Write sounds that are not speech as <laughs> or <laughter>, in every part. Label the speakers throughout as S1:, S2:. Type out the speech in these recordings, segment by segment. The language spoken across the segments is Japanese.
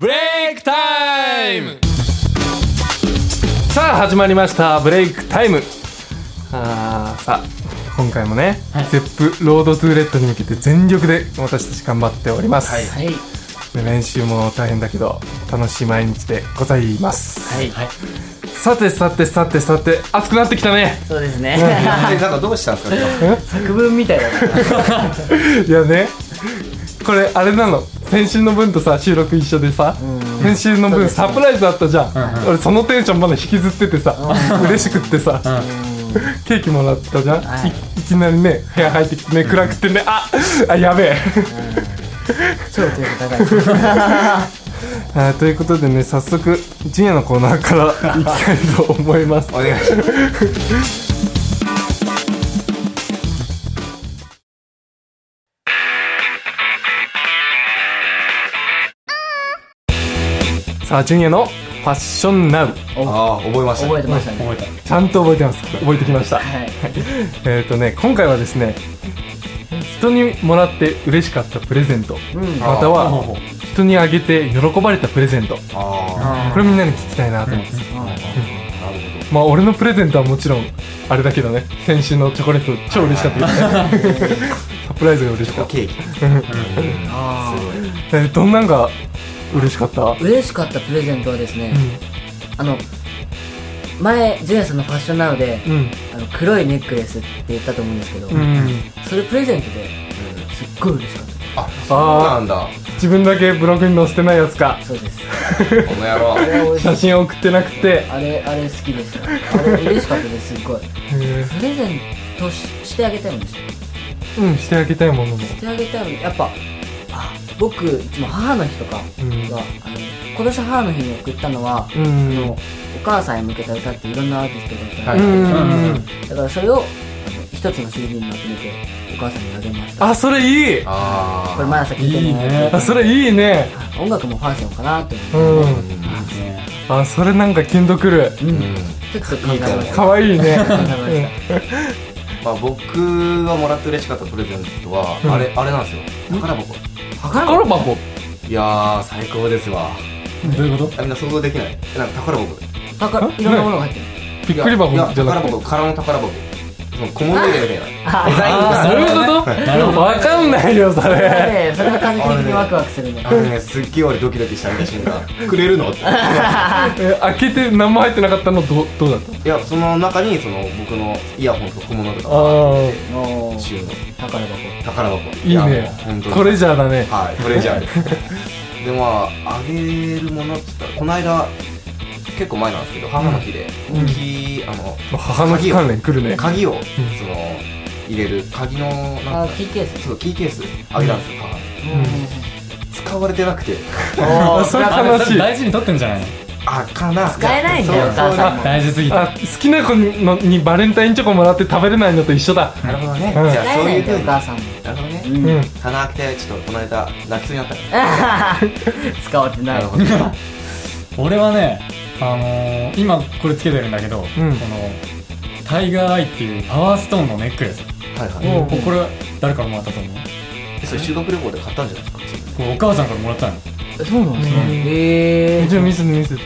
S1: ブレイクタイムさあ始まりましたブレイクタイムあーさあ今回もね、ゼップロードトゥーレッドに向けて全力で私たち頑張っております、
S2: はい
S3: はい
S1: で練習も大変だけど楽しい毎日でございます、
S3: はい、
S1: さてさてさてさて暑くなってきたね
S3: そうですね。
S2: なんかどうしたんですか今日
S3: 作文みたいだね。
S1: いやねこれあれなの先週の分とさ収録一緒でさ先週の分、サプライズあったじゃん、俺そのテンションまだ引きずっててさ、嬉しくってさ、ケーキもらったじゃん、
S3: はい
S1: い、いきなりね部屋入ってきてね暗くてね、ああやべえ
S3: 超テンション高い。
S1: あーということでね早速ジュニアのコーナーからいきたいと思います
S2: お願いします
S1: さあジュニアのファッションナウ
S2: ああ覚えました
S3: 覚えてましたね。
S1: ちゃんと覚えてます覚えてきました
S3: はい。
S1: えっ、とね今回はですね人にもらって嬉しかったプレゼント、
S3: うん。
S1: または人にあげて喜ばれたプレゼント
S2: あ
S1: これみんなに聞きたいなと思って、
S2: あなるほ
S1: まあ俺のプレゼントはもちろんあれだけどね先週のチョコレート超嬉しかったけどね <laughs> サプライズが嬉しか
S2: ど
S1: っ
S2: ケーキ
S3: あ
S1: た、えーどんなんが嬉しかった
S3: ー嬉しかったプレゼントはですね、あの、前、ジュニアさんのファッションなので、
S1: うん
S3: あの黒いネックレスって言ったと思うんですけど、
S1: うん
S3: それプレゼントで、すっごい嬉しかったで
S2: そう
S1: あ
S2: なんだ
S1: あ自分だけブログに載せてないやつか
S3: す。そうです。
S2: この野郎
S3: あれ美味しい
S1: 写真送ってなくて
S3: あれ、あれ好きでした。あれ嬉しかったです、すっごい。
S1: え
S3: プレゼントししてあげたいんですよ。
S1: ーうんしてあげたいものも
S3: してあげたいのやっぱあ僕いつも母の日とかは、
S1: うん
S3: あの今年母の日に送ったのは、
S1: うん
S3: あのお母さんへ向けた歌っていろんなアーティストが歌って、
S2: は
S1: うん
S2: い
S1: うん
S3: だからそれをあの一つの CD にまとめてお母さんにあげました
S1: あそれいい
S2: あ
S3: これ毎朝聴いてね
S1: あそれいいね
S3: 音楽もファッションかなと思って、
S1: うんあそれなんかキュンとくる
S2: うん
S3: ちょっと考えました
S1: かわいいね
S3: 考えました
S2: まあ僕がもらって嬉しかったプレゼントはあれあれなんですよ宝箱
S1: あらばこ
S2: いやー最高ですわ
S1: どういうこと
S2: あみんな想像できないなんか宝箱
S3: 宝いろんなものが入ってる
S1: びっくり
S2: いや
S1: 箱じゃなく
S2: 宝
S1: て
S2: 箱空の宝箱その小物入れみたいなデザイン
S1: ああそういうことわかんないよそ
S3: それは
S1: れ
S3: ねそれが感覚的にワクワクするね
S2: あのねすっげえ俺ドキドキしたみたいな瞬間く <laughs> れるのって
S1: え開けて何も入ってなかったのどうどうだった
S2: いやその中にその僕のイヤホンと小物とか
S1: あ
S3: おー
S2: 収納
S3: 宝箱
S2: 宝箱
S1: いい
S2: やもう
S1: ね
S2: 本当に
S1: これじゃあだね
S2: はいトレジャーです <laughs> でまああげるものっつったらこの間結構前なんですけど母の日で、
S1: うん
S2: きあの
S1: 母の日関連来るね
S2: 鍵を、その入れる鍵のな
S3: あ
S2: んか
S3: キーケース
S2: そうキーケースあげたんですよ、母に使われてなくて
S1: あそれ悲しい
S4: 大事に取ってんじゃないの
S2: あかな
S3: 使えないんだよお
S2: そう
S3: 母さんも
S4: 大事すぎて
S1: あ好きな子のにバレンタインチョコもらって食べれないのと一緒だ
S2: なるほどね、
S1: うん
S2: じゃあ
S3: 使え
S2: そう
S3: ないい
S2: う
S3: だ
S2: ん
S3: よお
S2: 風に
S3: 母
S2: な
S3: さんも
S2: るほどね、
S3: うん
S1: うん
S2: 棚開けてちょっとこの間泣きそうになったか
S3: 使われて
S2: ら
S3: な
S2: ないるほど
S4: 俺はねあのー、今これつけてるんだけど、
S1: うん
S4: このタイガーアイっていうパワーストーンのネックレス、
S2: はいはい、
S1: うん
S4: ここれ誰からもらったと思う
S2: それ修学旅行で買ったんじゃないですか自分
S4: これお母さんからもらったの
S3: そうなんですか
S1: うん
S3: へ
S1: じゃあ見せて見せて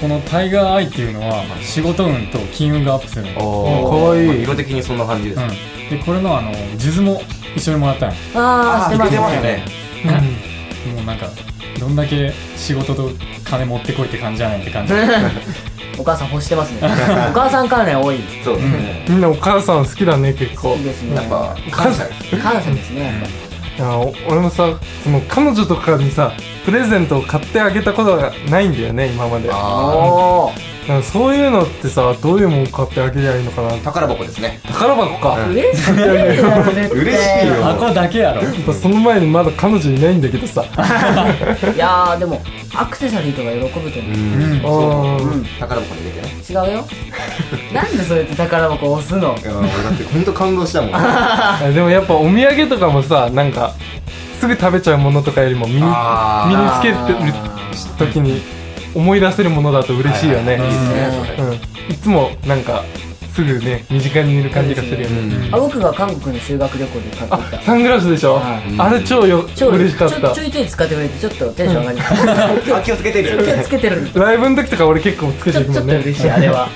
S4: このタイガーアイっていうのは仕事運と金運がアップするの、
S1: かわいい
S2: まあ色的にそんな感じです、
S4: うん、でこれのあの数珠も一緒にもらったの
S3: ああしてます
S2: 出ます
S3: ね
S2: ね
S1: うん
S4: もうなんかどんだけ仕事と金持ってこいって感じじゃないって感じ
S3: <laughs> お母さん欲してますねお母さん関連多いです
S2: そうですね、
S1: みんなお母さん好きだね結構
S3: いいです
S2: やっ
S3: ね
S2: ぱ感謝です
S3: 関西ですね
S1: いやお俺もさその彼女とかにさプレゼントを買ってあげたことがないんだよね今までだか
S2: あ
S3: おお
S1: らそういうのってさどういうもん買ってあげりゃいいのかな
S2: ー宝箱ですね
S1: 宝箱か、
S2: うん
S1: やっ
S3: <laughs> 嬉しいな絶対
S2: 嬉しいよ
S4: 箱だけやろ
S1: ぱその前にまだ彼女いないんだけどさ
S3: いやーでもアクセサリーとか喜ぶと
S2: う
S3: 思うん
S1: うん
S2: そう宝箱に入れてね
S3: 違う <laughs> よなんでそうやって宝箱押すの
S2: いや俺だって本当感動したもんあ
S1: あでもやっぱお土産とかもさなんかすぐ食べちゃうものとかよりも身に身に
S2: あー
S1: つけてる時に思い出せるものだと嬉しいよね、
S2: いいですねそれ
S1: うんいつもなんかすぐね身近にいる感じがするよね
S2: うん
S3: あ僕が韓国の修学旅行で買ってき
S1: あ
S3: た
S1: サングラスでしょ
S3: はい
S1: あれ超よ
S3: 超
S1: 嬉しかっ
S3: ちょ
S1: た
S3: ちょいちょい使ってくれてちょっとテンション上がりました
S2: あ気をつけてる
S3: 気をつけてるち
S1: ライブの時とか俺結構つけ
S3: ょ
S1: ていく
S3: ち
S1: も
S3: ょっ
S1: ん
S3: と
S1: ね
S3: 嬉しいあれは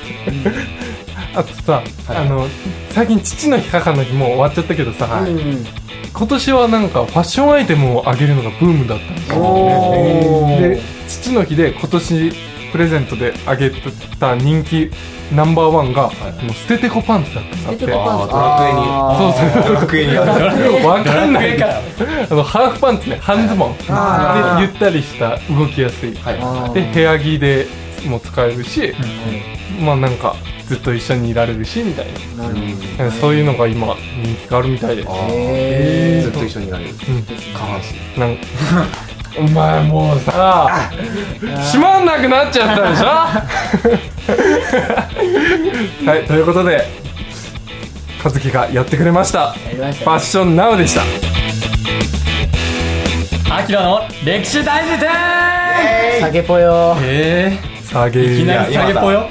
S1: あとさ、あの最近父の日母の日もう終わっちゃったけどさ、
S3: うん
S1: 今年はなんかファッションアイテムをあげるのがブームだったんですよ
S3: お
S1: ね
S3: ー
S1: で父の日で今年プレゼントであげた人気ナンバーワンが、もう捨ててこパンツだったんだっ
S3: 捨て
S1: て
S3: てこパンツ
S2: あ
S1: そうそう
S2: ドラクエにドラクエにある
S1: わかんない
S4: ドラク
S1: あのハーフパンツね半ズボンで
S3: あー
S1: ゆったりした動きやすい
S2: はい
S3: あー
S1: で部屋着でも使えるし、まあなんかずっと一緒にいられるしみたい
S3: なる
S1: な、そういうのが今人気があるみたいです
S2: あ
S3: ほど
S2: ー
S3: へ
S2: ずっと一緒にいられる下半身
S1: なんお前もうさ閉まんなくなっちゃったでしょはいということで和樹がやってくれました
S3: やりまし
S1: ファ
S3: た
S1: ッ
S3: ね
S1: ションナウでした
S4: アキラの歴史大辞典
S3: 酒ぽよ
S4: え
S1: 下げ
S4: いきなり
S1: や
S4: 下げぽよ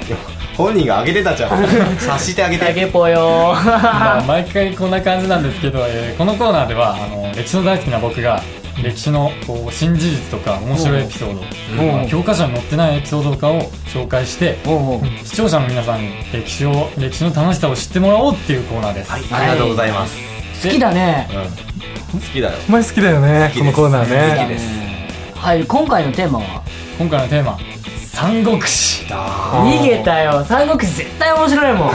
S2: 本人が上げてたじゃ <laughs> ん察してあげて
S3: 酒ぽよ
S4: まあ毎回こんな感じなんですけど、えーこのコーナーではあの歴史の大好きな僕が歴史のこう新事実とか面白いエピソード、
S1: うん
S4: まあ教科書に載ってないエピソードとかを紹介して
S3: おう
S4: 視聴者の皆さんに歴史を歴史の楽しさを知ってもらおうっていうコーナーです、
S2: はいありがとうございます
S3: 好きだね
S2: うん好きだよ
S1: お前好きだよねこ
S2: 好きで
S1: の
S2: す
S1: コーナー
S2: 好き
S1: ね
S2: です
S3: はい今回のテーマは
S4: 今回のテーマ「三国志
S2: だ
S3: 逃げたよ三国志絶対面白いもん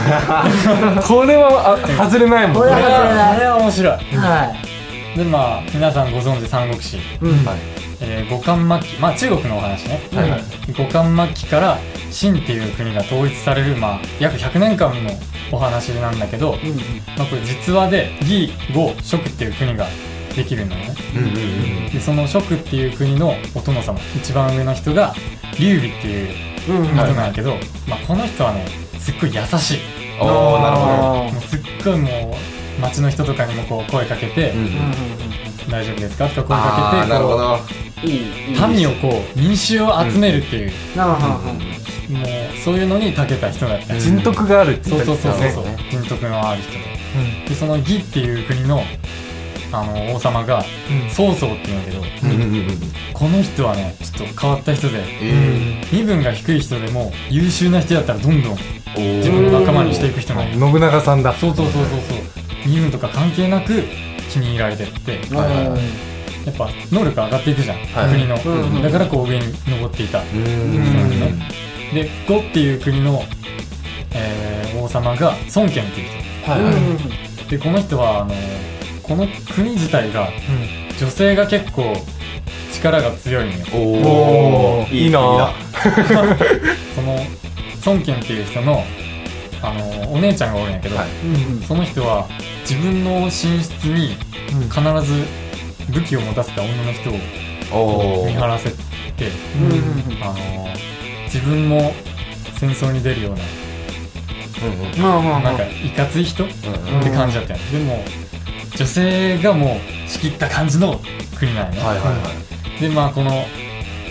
S1: これはあ外れないも
S3: こ
S1: ん
S3: れ」
S4: これ
S1: ね
S3: は外れ
S4: は
S3: ない
S4: これは面白い
S3: は
S4: でまあ皆さんご存知三国志、
S3: うん
S4: はいえー五冠末期まあ中国のお話ね、
S1: はいはい
S4: 五冠末期から秦っていう国が統一される、まあ、約100年間のお話なんだけど、
S3: いうん
S4: まあ、これ実話で魏呉蜀っていう国ができるんだよね
S2: うんうんうん
S4: でその蜀っていう国のお殿様一番上の人が劉備っていう
S3: うん
S4: 人なんやけど、まあ、この人はねすっごい優しい
S2: おおなるほ
S3: あー
S4: もうすっごいもう町の人とかにもこう声かけて「
S2: どうん
S3: うん
S4: 大丈夫ですか?」とか声かけ
S2: あ
S4: て
S2: あなるほ
S4: こ
S2: ど
S3: うんうんいいいいう
S4: 民をこう民衆を集めるっていう、
S3: なあは
S4: もうそういうのに長けた人だった、
S1: 人徳があるって
S4: そ
S1: 言っ
S4: う
S1: た
S4: そ
S1: り
S4: う
S1: す
S4: そう
S1: る
S4: そう
S1: ね
S4: そう、人徳のある人ででその魏っていう国のあの王様が
S1: うん
S4: 曹操っていうんだけど、
S2: うんうんうんうん
S4: この人はねちょっと変わった人で
S2: え
S4: 身分が低い人でも優秀な人だったらどんどん
S2: ーおー
S4: 自分の仲間にしていく人なんよ
S1: 信長さんだ
S4: そうそうそうそうそう身分とか関係なく気に入られてって
S3: あはあうん
S4: やっぱ能力上がっていくじゃん、
S2: はい
S4: 国の、
S3: うんうん
S4: だからこう上に登っていた
S2: うん
S4: うんで呉っていう国の、えー王様が孫権っていう
S1: はい
S3: うん
S1: はい
S3: うん
S4: 人でこの人はあのこの国自体が女性が結構力が強いのよ
S2: お
S1: お
S2: お
S1: ーいいなー
S4: その孫権っていう人のあのお姉ちゃんがおるんやけど、
S2: はい
S1: うん
S4: その人は自分の寝室に
S1: うん
S4: 必ず武器を持たせた女の人を
S2: おお
S4: 見張らせて、
S3: うんうん
S4: あの自分も戦争に出るような
S2: うんうん
S3: まあまあま
S4: な
S3: あ
S4: んかいかつい人っ
S2: うん
S4: て感じだったよ、でも女性がもう仕切った感じの国なんやね、
S2: はいはいはい
S4: でまあこの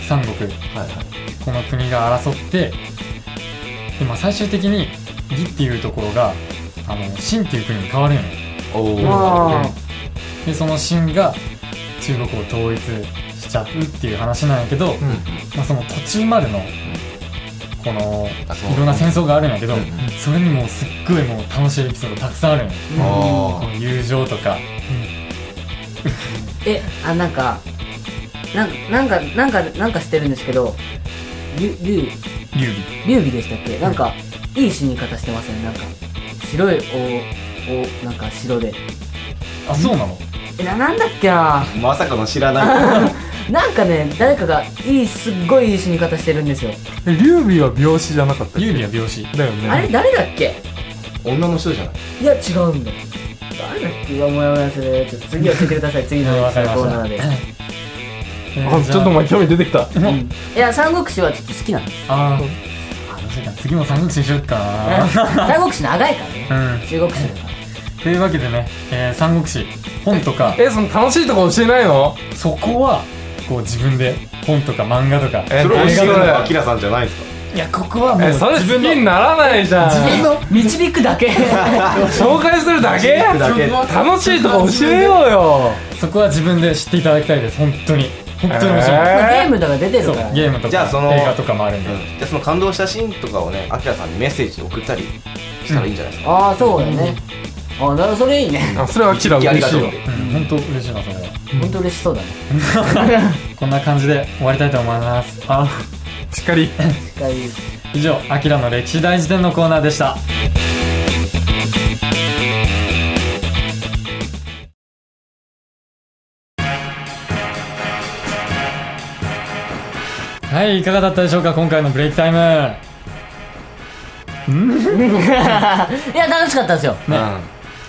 S4: 三国
S2: はいはい
S4: この国が争ってで、まあ、最終的に魏っていうところがあの秦っていう国に変わるんよね
S2: おお
S3: あ
S4: でその秦が中国を統一しちゃうっていう話なんやけど、
S1: ん
S4: まあ、その途中までのこの
S2: あそう
S4: いろんな戦争があるんやけど、
S2: うん
S4: それにもうすっごいもう楽しいエピソードたくさんあるんよ
S2: あ
S4: この友情とか
S3: えあなんかなんなんかなんかなんかしてるんですけどりゅりゅ
S4: 劉
S3: 劉備でしたっけなんかいい死に方してませんなんか白いおおなんか白で
S4: 備あそうなの
S3: えななんだっけな
S2: ーまさかの知らない
S3: なんかね誰かがいいすっごいいい死に方してるんですよ
S1: え劉備は病死じゃなかったっけ
S4: 劉備は病死
S1: だよ
S3: あれ
S1: ね
S3: 誰だっけ
S2: 女の人じゃない
S3: いや違うんだよ誰だっけうわもやもやするちょっと次教えてく <laughs> ださい次の
S4: わ
S3: コ
S4: かりまし
S3: ー
S4: た
S3: ナーで、
S4: えー
S1: あ
S4: じゃあ
S1: ちょっとお前興味出てきた
S3: うん、いや三国志はちょっと好きなん <laughs> です
S4: あーあの時間次も三国志にしよっか
S3: 三国志長いからね
S4: なうん
S3: 中国志だから
S4: というわけでね、えー三国志本とか
S1: えその楽しいとこ教えないの
S4: そこはこう自分で本とか漫画とか
S1: え
S2: それ
S1: 大
S2: 教
S1: 学
S2: えるの
S1: だよ
S2: はアキラさんじゃないですか
S4: いやここはもう
S1: えそれ
S4: 自
S1: 好き
S4: 分の
S1: にならないじゃん
S4: 自分の
S3: <laughs> 導くだけ
S1: 紹介するだけ
S2: だけ
S1: 楽しいとこ教えようよ
S4: そこは自分で知っていただきたいです本当に本当に面白い、
S1: え
S3: まあゲームとか出てる
S4: そう
S3: から
S4: ゲームとか
S2: じゃあその
S4: 映画とかもあるんで、
S2: じゃあその感動したシーンとかをね、アキラさんにメッセージ送ったりしたらいいんじゃないですか。
S3: ああそうやねああなるほどそれいいね
S1: あそれはキラ
S2: あり
S1: 嬉
S2: が
S1: し
S2: と
S1: いうよ
S2: って。
S4: うん、本当嬉しいなそれは
S3: 本当嬉しそうだね
S4: こんな感じで終わりたいと思いますあ
S1: しっかり
S3: しっかり
S4: 以上「アキラの歴史大辞典」のコーナーでしたはいいかがだったでしょうか今回のブレイクタイム
S3: いや楽しかったですよ
S2: うん。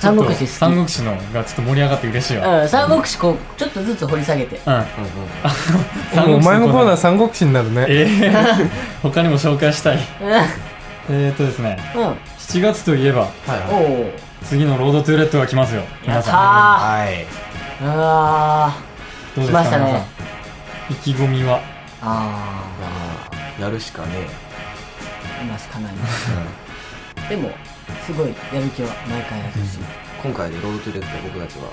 S3: 三国志
S4: ちょっ
S3: 好
S4: と三
S3: き
S4: 国志のがちょっと盛り上がって嬉しいわ
S3: うん三国志こうちょっとずつ掘り下げて
S4: うん、 <laughs> 三
S1: もうお
S4: 国志
S1: 前のコーナー
S4: ー
S1: 三国志になるね
S4: ええ他にも紹介したい
S3: うん
S4: えー、っとですね
S3: うん
S4: 7月といえば
S2: はいはい。
S3: おお
S4: 次のロードトゥーレットが来ますよ
S3: や
S4: 皆
S3: っ
S4: さん
S3: たー
S2: はい。
S3: あ
S4: どうです
S3: 来
S4: か
S3: ましたね
S4: 皆さん意気込みは
S3: ーあ
S2: まあやるしかね
S3: ー今しかない
S2: え。
S3: でもすごいやる気は毎回あるし
S2: 今回でロードトゥレット僕たちは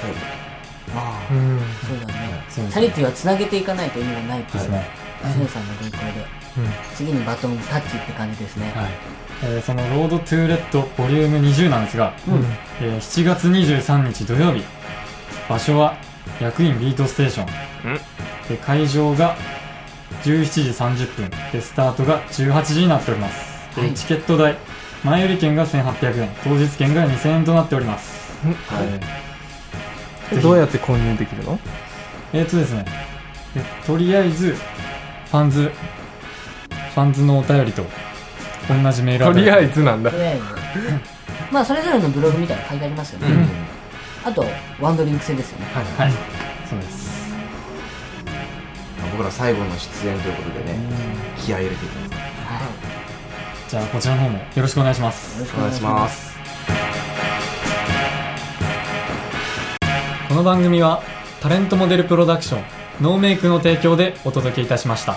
S2: 最後。
S3: あ
S1: う
S3: あ
S1: ん
S3: そうだね
S4: そうです
S3: チャリティーはつなげていかないと意味がないって
S4: で
S3: い
S4: す
S3: う
S4: ね、
S3: スネさんのご意向で次にバトンタッチって感じですね
S4: はいえーそのロードトゥーレットボリューム20なんですが、
S1: うん
S4: えー7月23日土曜日場所は役員ビートステーションで会場が17時30分でスタートが18時になっておりますで、
S3: はい
S4: チケット代前売り券が1800円当日券が2000円となっております、
S1: うん
S4: はい
S1: えどうやって購入できるの
S4: えー、とですね、えとりあえず、ファンズ、ファンズのお便りと、同じメール
S1: とりあえ
S4: ず、
S1: ずなんだ
S3: とりあえずまあそれぞれのブログみたいなの書いてありますよね、
S2: うん。
S3: あとワンドリンク制ですよね
S4: はい、そうです。
S2: 僕ら最後の出演ということでね、気合い入れていきます。
S3: はい
S4: じゃあ、こちらの方もよろしくお願いします。
S3: よろしく
S2: お
S3: お願
S2: 願い
S3: い
S2: し
S3: し
S2: ま
S3: ますす。
S4: この番組は、タレントモデルプロダクション、ノーメイクの提供でお届けいたしました。